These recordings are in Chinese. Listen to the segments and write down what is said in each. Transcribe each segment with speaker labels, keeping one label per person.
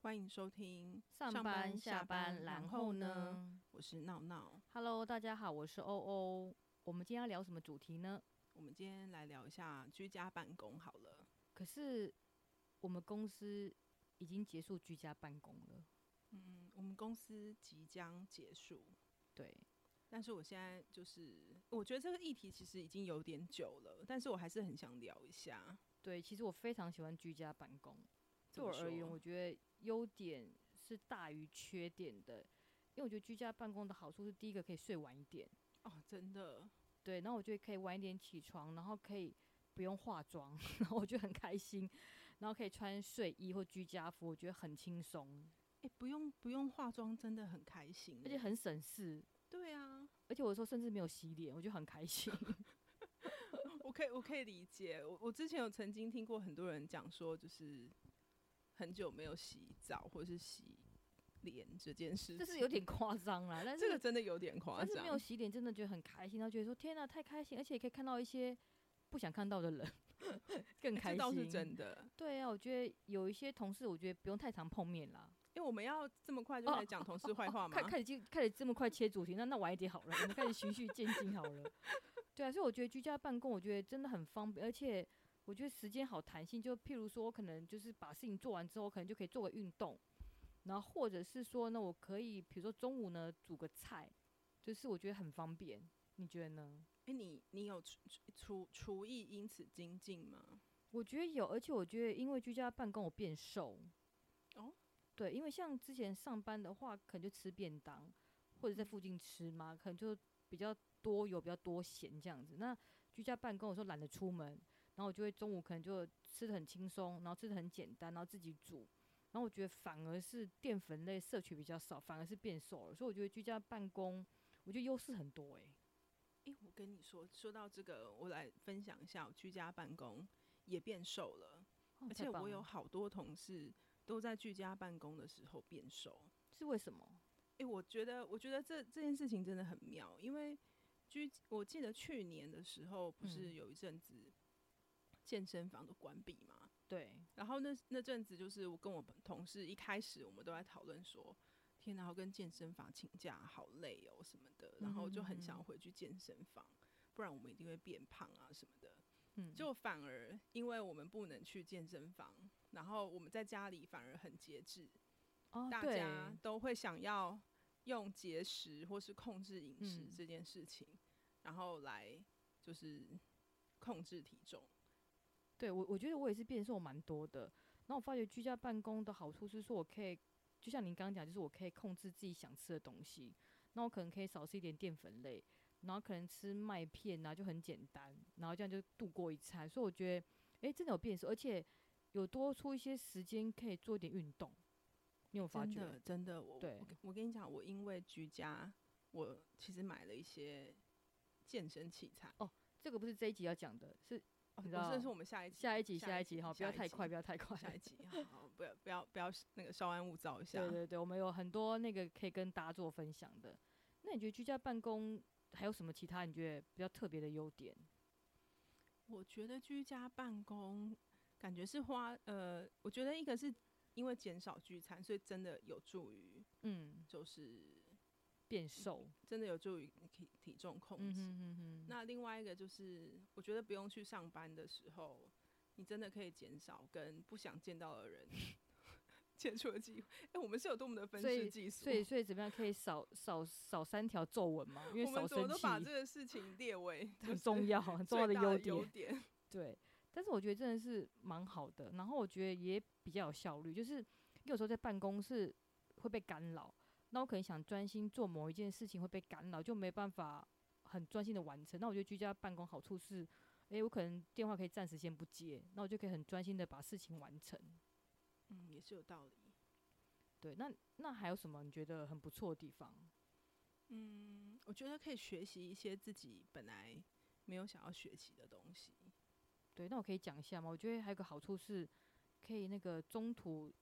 Speaker 1: 欢迎收听
Speaker 2: 上班下班，然后？呢
Speaker 1: 我是闹闹，
Speaker 2: ？Hello，大家好，我是欧欧。我们今天要聊什么主题呢？
Speaker 1: 我们今天来聊一下居家办公好了。
Speaker 2: 可是我们公司已经结束居家办公了，
Speaker 1: 嗯，我们公司即将结束，
Speaker 2: 对，
Speaker 1: 但是我现在就是，我觉得这个议题其实已经有点久了，但是我还是很想聊一下。
Speaker 2: 对，其实我非常喜欢居家办公。对我
Speaker 1: 怎么
Speaker 2: 而言，
Speaker 1: 说
Speaker 2: 我觉得优点是大于缺点的，因为我觉得居家办公的好处是，第一个可以睡晚一点，
Speaker 1: 哦，真的，
Speaker 2: 对，然后我觉得可以晚一点起床，然后可以不用化妆， 然后我觉得很开心，然后可以穿睡衣或居家服，我觉得很轻松，
Speaker 1: 哎、不用不用化妆，真的很开心。
Speaker 2: 而且很省事。
Speaker 1: 对啊，
Speaker 2: 而且我说甚至没有洗脸，我就很 开心。
Speaker 1: 我可以，我可以理解。我我之前有曾经听过很多人讲说，就是很久没有洗澡或是洗脸这件事情，
Speaker 2: 这是有点夸张啦，但是
Speaker 1: 这个真的有点夸
Speaker 2: 但是
Speaker 1: 张
Speaker 2: 没。有洗脸真的觉得很开心，然后觉得说天哪、啊太开心，而且也可以看到一些不想看到的人， 更
Speaker 1: 哎
Speaker 2: 开
Speaker 1: 这
Speaker 2: 心。
Speaker 1: 倒是真的，
Speaker 2: 对啊，我觉得有一些同事，我觉得不用太常碰面啦。
Speaker 1: 因为我们要这么
Speaker 2: 哦
Speaker 1: 快就来讲同事坏话吗？
Speaker 2: 开开始就开始这么快切主题，那那晚一点好了，我们开始循序渐进好了。 对啊，所以我觉得居家办公，我觉得真的很方便，而且我觉得时间好弹性。就譬如说，我可能就是把事情做完之后，我可能就可以做个运动，然后或者是说呢，我可以比如说中午呢煮个菜，就是我觉得很方便。你觉得呢？
Speaker 1: 哎、你你有厨厨厨厨艺因此精进吗？
Speaker 2: 我觉得有，而且我觉得因为居家办公，我变瘦。
Speaker 1: 哦，
Speaker 2: 对，因为像之前上班的话，可能就吃便当，或者
Speaker 1: 嗯
Speaker 2: 在附近吃嘛，可能就比较多油、比较多咸这样子。那居家办公，我说懒得出门，然后我就会中午可能就吃的很轻松，然后吃的很简单，然后自己煮。然后我觉得反而是淀粉类摄取比较少，反而是变瘦了。所以我觉得居家办公，我觉得优势很多欸诶、
Speaker 1: 哎、我跟你说，说到这个，我来分享一下，我居家办公也变瘦了，
Speaker 2: 哦
Speaker 1: 而
Speaker 2: 太
Speaker 1: 且
Speaker 2: 棒
Speaker 1: 我有
Speaker 2: 了
Speaker 1: 好多同事都在居家办公的时候变瘦。
Speaker 2: 是为什么？
Speaker 1: 诶，我觉得，我觉得这这件事情真的很妙，因为居我记得去年的时候，不是
Speaker 2: 嗯
Speaker 1: 有一阵子健身房都关闭嘛，
Speaker 2: 对，
Speaker 1: 然后那那阵子就是我跟我同事一开始我们都在讨论说，天哪，要跟健身房请假好累哦什么的，然后就很
Speaker 2: 嗯
Speaker 1: 想回去健身房，不然我们一定会变胖啊什么的。
Speaker 2: 嗯，
Speaker 1: 就反而因为我们不能去健身房，然后我们在家里反而很节制，
Speaker 2: 哦
Speaker 1: 大
Speaker 2: 对
Speaker 1: 家都会想要用节食或是控制饮食
Speaker 2: 嗯
Speaker 1: 这件事情，然后来就是控制体重。
Speaker 2: 对我，我觉得我也是变瘦蛮多的。那我发觉居家办公的好处是说，我可以就像您刚刚讲，就是我可以控制自己想吃的东西。那我可能可以少吃一点淀粉类，然后可能吃麦片啊，就很简单，然后这样就度过一餐。所以我觉得，诶，真的有变瘦，而且有多出一些时间可以做一点运动。你有发
Speaker 1: 真
Speaker 2: 觉
Speaker 1: 的，？真的，我
Speaker 2: 对
Speaker 1: 我跟我跟你讲，我因为居家，我其实买了一些健身器材。
Speaker 2: 这个不是这一集要讲的，是
Speaker 1: 哦
Speaker 2: 你知道
Speaker 1: 这是我们下一集，
Speaker 2: 下一集，
Speaker 1: 下
Speaker 2: 下
Speaker 1: 一
Speaker 2: 一
Speaker 1: 集
Speaker 2: 集哈，不要
Speaker 1: 下一
Speaker 2: 太
Speaker 1: 集
Speaker 2: 快，不要太快。
Speaker 1: 下一集，好，好不要不要不要那个稍安勿躁一下。
Speaker 2: 对对对，我们有很多那个可以跟大家做分享的。那你觉得居家办公还有什么其他你觉得比较特别的优点？
Speaker 1: 我觉得居家办公感觉是花呃，我觉得一个是因为减少聚餐，所以真的有助于
Speaker 2: 嗯，
Speaker 1: 就是嗯
Speaker 2: 变瘦。
Speaker 1: 真的有助于体体重控
Speaker 2: 嗯
Speaker 1: 制。
Speaker 2: 哼哼哼，
Speaker 1: 那另外一个就是，我觉得不用去上班的时候，你真的可以减少跟不想见到的人 接触的机会。哎、我们是有多么的分
Speaker 2: 所以
Speaker 1: 饰技术哦
Speaker 2: 所，以所以怎么样可以少少少三条皱纹嘛？因为
Speaker 1: 我们
Speaker 2: 少
Speaker 1: 怎么
Speaker 2: 生
Speaker 1: 都
Speaker 2: 气
Speaker 1: 把这个事情列 为
Speaker 2: 很
Speaker 1: 就是
Speaker 2: 重 要，很重要
Speaker 1: 最大
Speaker 2: 优
Speaker 1: 的
Speaker 2: 点。
Speaker 1: 优点。
Speaker 2: 对，但是我觉得真的是蛮好的，然后我觉得也比较有效率，就是有时候在办公室会被干扰，那我可能想专心做某一件事情会被干扰，就没办法很专心的完成。那我觉得居家办公好处是，诶，我可能电话可以暂时先不接，那我就可以很专心的把事情完成。
Speaker 1: 嗯，也是有道理。
Speaker 2: 对，那那还有什么你觉得很不错的地方？
Speaker 1: 嗯，我觉得可以学习一些自己本来没有想要学习的东西。
Speaker 2: 对，那我可以讲一下吗？我觉得还有个好处是，可以那个中途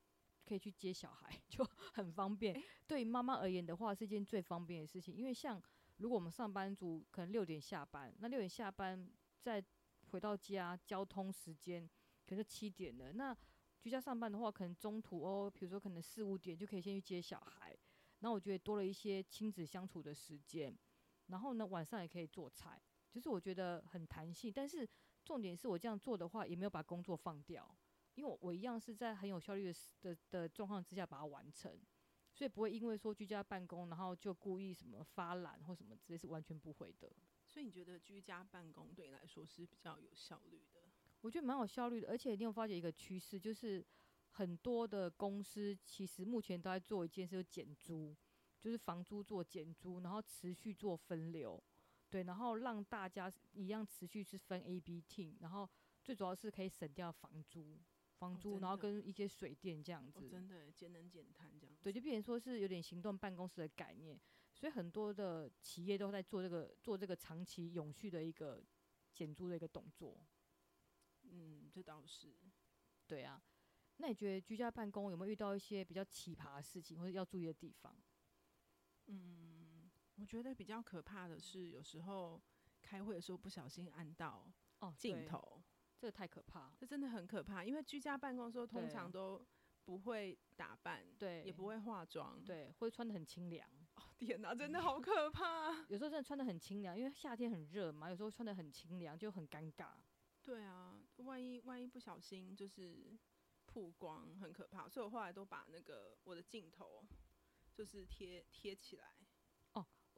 Speaker 2: 可以去接小孩， 就很方便。对于妈妈而言的话，是一件最方便的事情，因为像如果我们上班族可能六点下班，那六点下班再回到家，交通时间可能就七点了。那居家上班的话，可能中途哦，比如说可能四五点就可以先去接小孩，然后我觉得多了一些亲子相处的时间，然后呢晚上也可以做菜，就是我觉得很弹性。但是重点是我这样做的话，也没有把工作放掉，因为我我一样是在很有效率的时的的状况之下把它完成。所以不会因为说居家办公，然后就故意什么发懒或什么之类，是完全不会的。
Speaker 1: 所以你觉得居家办公对你来说是比较有效率的？
Speaker 2: 我觉得蛮有效率的，而且你有发觉一个趋势，就是很多的公司其实目前都在做一件事，就是减租，就是房租做减租，然后持续做分流，对，然后让大家一样持续是分 A、B team，然后最主要是可以省掉房租，房
Speaker 1: 哦
Speaker 2: 租，
Speaker 1: 真
Speaker 2: 然后
Speaker 1: 的
Speaker 2: 跟一些水电这样
Speaker 1: 哦，
Speaker 2: 子，
Speaker 1: 真的节能减碳这样子。
Speaker 2: 对，就变成说是有点行动办公室的概念，所以很多的企业都在做这个做这个长期永续的一个减租的一个动作。
Speaker 1: 嗯，这倒是。
Speaker 2: 对啊，那你觉得居家办公有没有遇到一些比较奇葩的事情，或者要注意的地方？
Speaker 1: 嗯，我觉得比较可怕的是，有时候开会的时候不小心按到
Speaker 2: 哦，
Speaker 1: 镜
Speaker 2: 对，
Speaker 1: 头，
Speaker 2: 这个太可怕了。
Speaker 1: 这真的很可怕。因为居家办公的时候，通
Speaker 2: 对
Speaker 1: 常都不会打扮，
Speaker 2: 对，
Speaker 1: 也不会化妆。，
Speaker 2: 对，嗯会穿的很清凉。
Speaker 1: 天哪，真的 好可怕。
Speaker 2: 有时候真的穿的很清凉，因为夏天很热嘛，有时候穿的很清凉就很尴尬。
Speaker 1: 对啊，万一万一不小心就是曝光，很可怕。所以我后来都把那个我的镜头就是贴贴起来，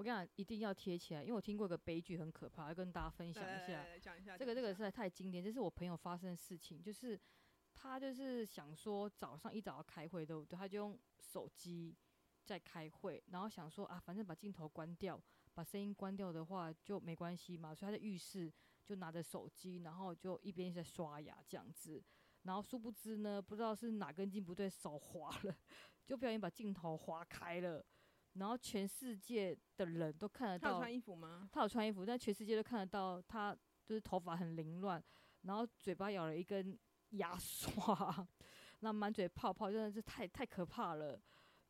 Speaker 2: 我跟你讲，一定要贴起来，因为我听过一个悲剧很可怕，要跟大家分享
Speaker 1: 来
Speaker 2: 一
Speaker 1: 来
Speaker 2: 下
Speaker 1: 来。来讲一下
Speaker 2: 这个这
Speaker 1: 讲一
Speaker 2: 个
Speaker 1: 下
Speaker 2: 实在太经典，这是我朋友发生的事情，就是他就是想说早上一早要开会，对不对？他就用手机在开会，然后想说啊，反正把镜头关掉，把声音关掉的话就没关系嘛，所以他在浴室就拿着手机，然后就一边在刷牙这样子。然后殊不知呢，不知道是哪根筋不对，手滑了， 就不小心把镜头划开了，然后全世界的人都看得
Speaker 1: 他有
Speaker 2: 到。
Speaker 1: 穿衣服吗？
Speaker 2: 他有穿衣服，但全世界都看得到他就是头发很凌乱，然后嘴巴咬了一根牙刷， 那满嘴泡泡，真的是太太可怕了。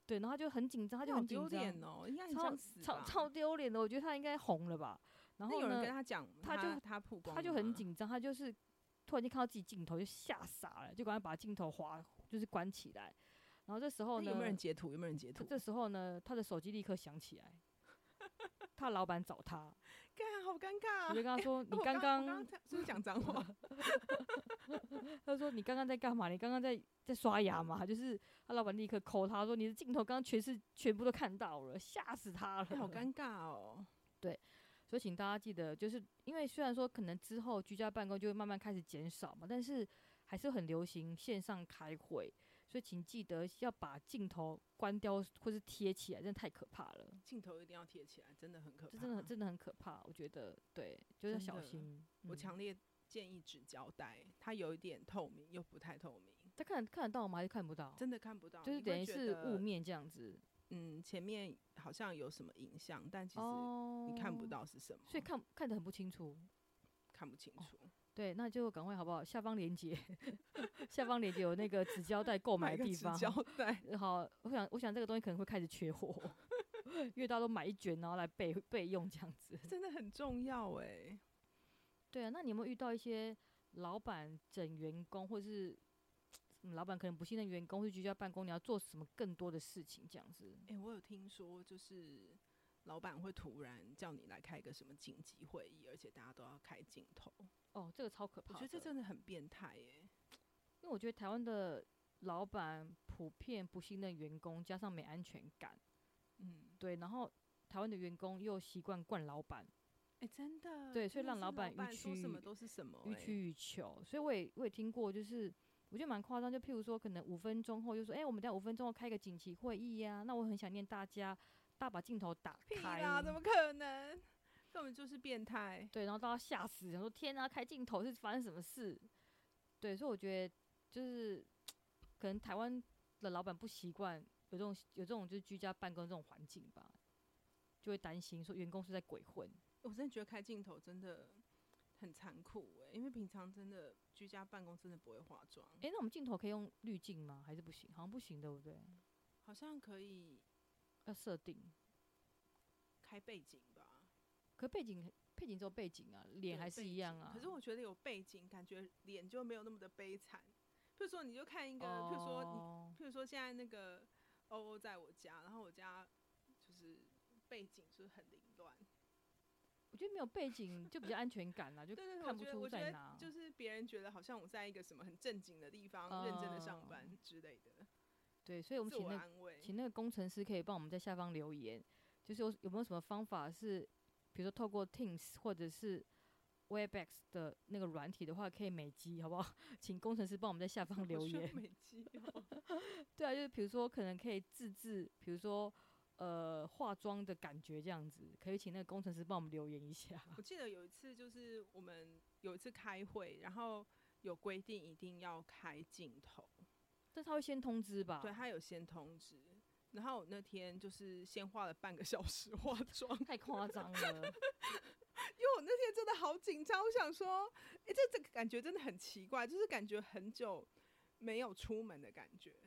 Speaker 2: 对，然后他就很紧张，他
Speaker 1: 他
Speaker 2: 就
Speaker 1: 好
Speaker 2: 很紧
Speaker 1: 丢脸
Speaker 2: 张，
Speaker 1: 哦，应该很
Speaker 2: 超
Speaker 1: 想死
Speaker 2: 超
Speaker 1: 吧
Speaker 2: 超丢脸的。我觉得他应该红了吧。然
Speaker 1: 那
Speaker 2: 后
Speaker 1: 有人
Speaker 2: 呢
Speaker 1: 跟，他讲，
Speaker 2: 他就
Speaker 1: 他曝光，
Speaker 2: 他就很。紧张，他就是突然间看到自己镜头就吓傻了，就赶快把镜头划就是关起来。然后这时候
Speaker 1: 那
Speaker 2: 呢，
Speaker 1: 有没有人截图？有没有人截图？
Speaker 2: 这时候呢，他的手机立刻响 起来，他老板找他，
Speaker 1: 干，好尴尬啊！
Speaker 2: 我就跟他说：“你
Speaker 1: 我
Speaker 2: 刚
Speaker 1: 刚我
Speaker 2: 刚
Speaker 1: 刚在是不是讲脏 话？
Speaker 2: 他说：“你刚刚在干嘛？你刚刚在在刷牙吗？”就是他老板立刻扣他说：“你的镜头刚刚全是全部都看到了， 吓死他了。
Speaker 1: 哎好 尴尬哦。
Speaker 2: 所以请大家记得，就是因为虽然说可能之后居家办公就会慢慢开始减少嘛，但是还是很流行线上开会，所以请记得要把镜头关掉或是贴起来，真的太可怕了，
Speaker 1: 镜头一定要贴起来，真的很可怕。
Speaker 2: 这真的很真的很可怕。我觉得对，就是要
Speaker 1: 真
Speaker 2: 小
Speaker 1: 的
Speaker 2: 心。
Speaker 1: 我
Speaker 2: 嗯
Speaker 1: 强烈建议纸胶带，它有一点透明又不太透明，
Speaker 2: 他看看得到吗？还是看不到？
Speaker 1: 真的看不到。
Speaker 2: 就是
Speaker 1: 你会
Speaker 2: 等于
Speaker 1: 觉
Speaker 2: 是雾
Speaker 1: 得，
Speaker 2: 面这样子
Speaker 1: 嗯，前面好像有什么影像，但其实
Speaker 2: 哦，
Speaker 1: 你看不到是什么，
Speaker 2: 所以看看得很不清楚。
Speaker 1: 看不清
Speaker 2: 哦
Speaker 1: 楚。
Speaker 2: 对，那就赶快好不好？下方链接， 下方链接有那个纸胶带购买
Speaker 1: 个
Speaker 2: 的地
Speaker 1: 纸
Speaker 2: 方。
Speaker 1: 胶带，
Speaker 2: 呃好，我想我想这个东西可能会开始缺货， 因为大家都买一卷，然后来备备用这样子。
Speaker 1: 真的很重要哎、
Speaker 2: 对啊，那你有没有遇到一些老板整员工，或是嗯老板可能不信任员工，或是居家办公，你要做什么更多的事情这样子？
Speaker 1: 哎、我有听说，就是老板会突然叫你来开一个什么紧急会议，而且大家都要开镜头，
Speaker 2: 哦，这个超可
Speaker 1: 我
Speaker 2: 怕的。
Speaker 1: 觉得这真的很变态耶、
Speaker 2: 因为我觉得台湾的老板普遍不信任员工，加上没安全感，
Speaker 1: 嗯，
Speaker 2: 对，然后台湾的员工又习惯惯老板。
Speaker 1: 哎、真的，
Speaker 2: 对所以
Speaker 1: 真的
Speaker 2: 让
Speaker 1: 是
Speaker 2: 老
Speaker 1: 老
Speaker 2: 板予
Speaker 1: 说什么
Speaker 2: 取
Speaker 1: 都是什么、
Speaker 2: 予
Speaker 1: 哎
Speaker 2: 取予求，所以我也我也听过，就是我觉得蛮夸张，就譬如说，可能五分钟后就说，哎、我们在五分钟后开个紧急会议呀、那我很想念大家，大家把镜头打
Speaker 1: 屁
Speaker 2: 开，
Speaker 1: 啦，怎么可能？根本就是变态。
Speaker 2: 对，然后大家吓死，想说天啊，开镜头是发生什么事？对，所以我觉得就是可能台湾的老板不习惯有这种有这种就是居家办公这种环境吧，就会担心说员工是在鬼混。
Speaker 1: 我真的觉得开镜头真的很残酷哎、因为平常真的居家办公真的不会化妆，
Speaker 2: 哎、那我们镜头可以用滤镜吗？还是不行？好像不行，对不对？
Speaker 1: 好像可以
Speaker 2: 要设定。
Speaker 1: 开背景吧。
Speaker 2: 可背景背景只有背景啊，脸
Speaker 1: 对
Speaker 2: 还是
Speaker 1: 背
Speaker 2: 一样
Speaker 1: 景
Speaker 2: 啊。
Speaker 1: 可是我觉得有背景，感觉脸就没有那么的悲惨。譬如说你就看一个，譬如说
Speaker 2: 哦
Speaker 1: 你，譬如说现在那个欧欧在我家，然后我家就是背景就是很凌乱，
Speaker 2: 我觉得没有背景就比较安全感啦，就
Speaker 1: 对对对，
Speaker 2: 看
Speaker 1: 我
Speaker 2: 不
Speaker 1: 觉得我
Speaker 2: 出
Speaker 1: 觉
Speaker 2: 在
Speaker 1: 得
Speaker 2: 哪。啊
Speaker 1: 就是别人觉得好像我在一个什么很正经的地方、认真的上班之类的，
Speaker 2: 哦对，所以我们
Speaker 1: 自
Speaker 2: 请
Speaker 1: 我
Speaker 2: 那
Speaker 1: 安慰。
Speaker 2: 请那个工程师可以帮我们在下方留言，就是有有没有什么方法是，比如说透过 Teams 或者是 Webex 的那个软体的话，可以美肌，好不 好？请工程师帮我们在下方留
Speaker 1: 好像
Speaker 2: 言。
Speaker 1: 没记哦
Speaker 2: 对啊，就是比如说可能可以自制，比如说呃化妆的感觉这样子，可以请那个工程师帮我们留言一下。
Speaker 1: 我记得有一次就是我们有一次开会，然后有规定一定要开镜头，
Speaker 2: 但他会先通知吧？
Speaker 1: 对，他有先通知。然后我那天就是先花了半个小时 化妆，
Speaker 2: 太夸张了。
Speaker 1: 因为我那天真的好紧张，我想说，哎、这这个感觉真的很奇怪，就是感觉很久没有出门的感觉，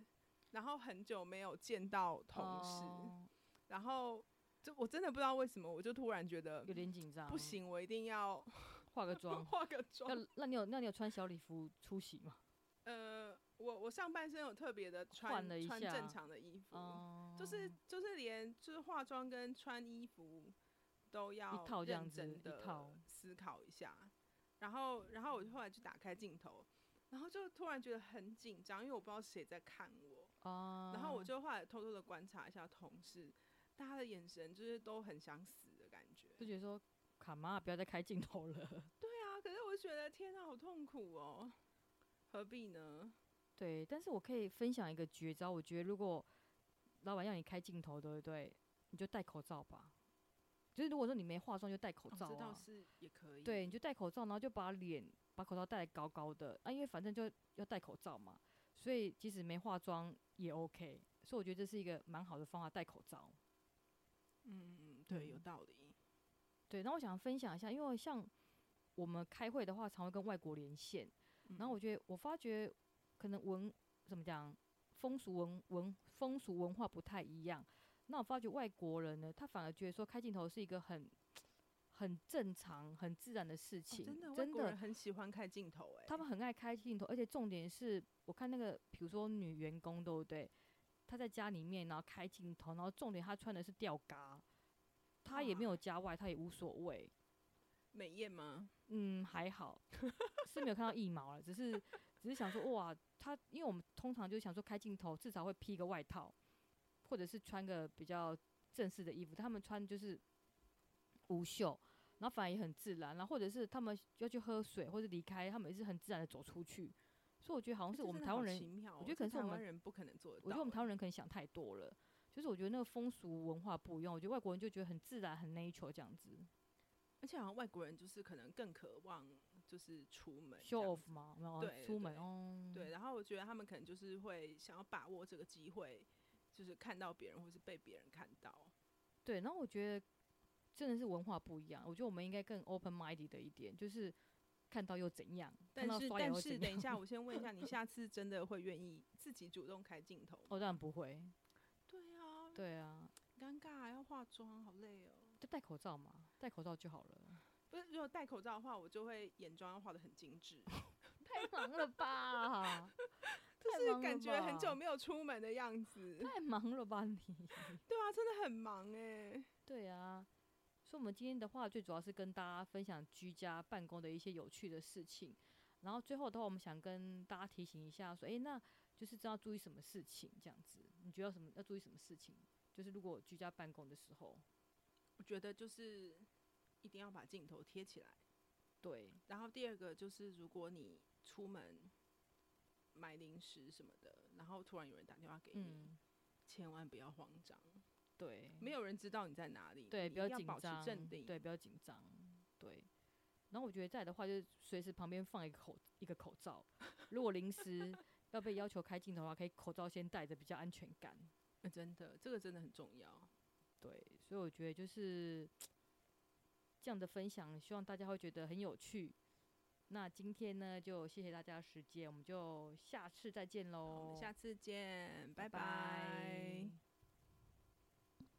Speaker 1: 然后很久没有见到 同事，
Speaker 2: 哦
Speaker 1: 然后就我真的不知道为什么，我就突然觉得
Speaker 2: 有点紧张。
Speaker 1: 不，行，我一定 要
Speaker 2: 化个妆。
Speaker 1: 化个
Speaker 2: 那
Speaker 1: 妆。
Speaker 2: 那你有那你有穿小礼服出席吗？
Speaker 1: 呃，我我上半身有特别的穿
Speaker 2: 换了一
Speaker 1: 穿
Speaker 2: 下
Speaker 1: 正常的衣服，
Speaker 2: 哦、
Speaker 1: 就是就是连就是化妆跟穿衣服都要
Speaker 2: 套这样
Speaker 1: 认
Speaker 2: 子
Speaker 1: 真
Speaker 2: 一
Speaker 1: 的
Speaker 2: 套
Speaker 1: 思考一下。然后然后我就后来就打开镜头，然后就突然觉得很紧张，因为我不知道谁在看我。
Speaker 2: 啊，
Speaker 1: 然后我就后来偷偷的观察一下同事，大家的眼神就是都很想死的感觉。
Speaker 2: 就觉得说，卡妈不要再开镜头了。
Speaker 1: 对啊，可是我就觉得天啊，好痛苦哦，何必呢？
Speaker 2: 对，但是我可以分享一个绝招，我觉得如果老板要你开镜头，对不对？你就戴口罩吧。就是如果说你没化妆，就戴口
Speaker 1: 哦
Speaker 2: 罩、
Speaker 1: 这倒
Speaker 2: 啊。
Speaker 1: 是也可以。
Speaker 2: 对，你就戴口罩，然后就把脸把口罩戴得高高的啊，因为反正就要戴口罩嘛，所以即使没化妆也 OK。所以我觉得这是一个蛮好的方法，戴口罩。
Speaker 1: 嗯，嗯，对，有
Speaker 2: 嗯
Speaker 1: 道理。
Speaker 2: 对，那我想分享一下，因为像我们开会的话，常会跟外国连线，然后我
Speaker 1: 嗯
Speaker 2: 觉得我发觉可能文怎么讲，风俗文文风俗文化不太一样。那我发觉外国人呢，他反而觉得说开镜头是一个很很正常、很自然的事
Speaker 1: 哦
Speaker 2: 情，
Speaker 1: 真的外
Speaker 2: 真
Speaker 1: 国人
Speaker 2: 的，
Speaker 1: 很喜欢看镜头、欸，哎，
Speaker 2: 他们很爱开镜头，而且重点是我看那个，比如说女员工，对不对？她在家里面，然后开镜头，然后重点她穿的是吊嘎，她也没有加外，她也无所谓。
Speaker 1: 美艳吗？
Speaker 2: 嗯，还好， 是没有看到一毛了，只是只是想说，哇，他因为我们通常就想说开镜头至少会披个外套，或者是穿个比较正式的衣服，他们穿就是无袖，然后反而也很自然，然后或者是他们要去喝水或者离开，他们也是很自然的走出去，所以我觉得好像
Speaker 1: 欸
Speaker 2: 是
Speaker 1: 这
Speaker 2: 我们
Speaker 1: 真的
Speaker 2: 台湾
Speaker 1: 好
Speaker 2: 人
Speaker 1: 奇妙哦
Speaker 2: 我觉得可
Speaker 1: 这
Speaker 2: 能是我
Speaker 1: 台
Speaker 2: 们
Speaker 1: 湾人不可能做得到欸。
Speaker 2: 我觉得我们台湾人可能想太多了，就是我觉得那个风俗文化不一样，我觉得外国人就觉得很自然、很 nature 这样子
Speaker 1: 而且好像外国人就是可能更渴望就是出门这
Speaker 2: ，show
Speaker 1: 样
Speaker 2: off
Speaker 1: 子
Speaker 2: 嘛，然后
Speaker 1: 对
Speaker 2: 出门
Speaker 1: 对
Speaker 2: 哦，
Speaker 1: 对，然后我觉得他们可能就是会想要把握这个机会，就是看到别人或是被别人看到。
Speaker 2: 对，然后我觉得真的是文化不一样，我觉得我们应该更 open minded 的一点，就是看到又怎样，
Speaker 1: 但
Speaker 2: 看到
Speaker 1: 是
Speaker 2: 刷牙
Speaker 1: 但
Speaker 2: 又
Speaker 1: 是
Speaker 2: 怎
Speaker 1: 等一
Speaker 2: 样。
Speaker 1: 下，我先问一 下，你下次真的会愿意自己主动开镜头吗？
Speaker 2: 我当然不会，
Speaker 1: 对啊，
Speaker 2: 哦对啊，
Speaker 1: 尴尬要化妆，好累哦。
Speaker 2: 就戴口罩嘛，戴口罩就好 了。
Speaker 1: 不是，如果戴口罩的话，我就会眼妆要画的很精 致，
Speaker 2: 太忙了吧？
Speaker 1: 就是感觉很久
Speaker 2: 没
Speaker 1: 没有出门的样子。
Speaker 2: 太忙了吧你？
Speaker 1: 对啊，真的很忙哎、
Speaker 2: 对啊，所以我们今天的话，最主要是跟大家分享居家办公的一些有趣的事情。然后最后的话，我们想跟大家提醒一下，说，诶，那就是知道注意什么事情，这样子，你觉得有什么要注意什么事情？就是如果居家办公的时候，
Speaker 1: 我觉得就是一定要把镜头贴起来。
Speaker 2: 对，
Speaker 1: 然后第二个就是，如果你出门买零食什么的，然后突然有人打电话给你，
Speaker 2: 嗯，
Speaker 1: 千万不要慌张，
Speaker 2: 对，
Speaker 1: 没有人知道你在哪里，
Speaker 2: 对，
Speaker 1: 你
Speaker 2: 不要
Speaker 1: 一定
Speaker 2: 紧
Speaker 1: 保持
Speaker 2: 张，
Speaker 1: 镇定。
Speaker 2: 对，不要紧张，对。然后我觉得在的话，就是随时旁边放一个口一个口罩，如果临时 要被要求开镜头的话，可以口罩先戴着，比较安全感。
Speaker 1: 呃真的，这个真的很重要。
Speaker 2: 对，所以我觉得就是这样的分享，希望大家会觉得很有趣。那今天呢，就谢谢大家的时间，我们就下次再见
Speaker 1: 好
Speaker 2: 喽。
Speaker 1: 我们下次见，拜
Speaker 2: 哦拜
Speaker 1: 拜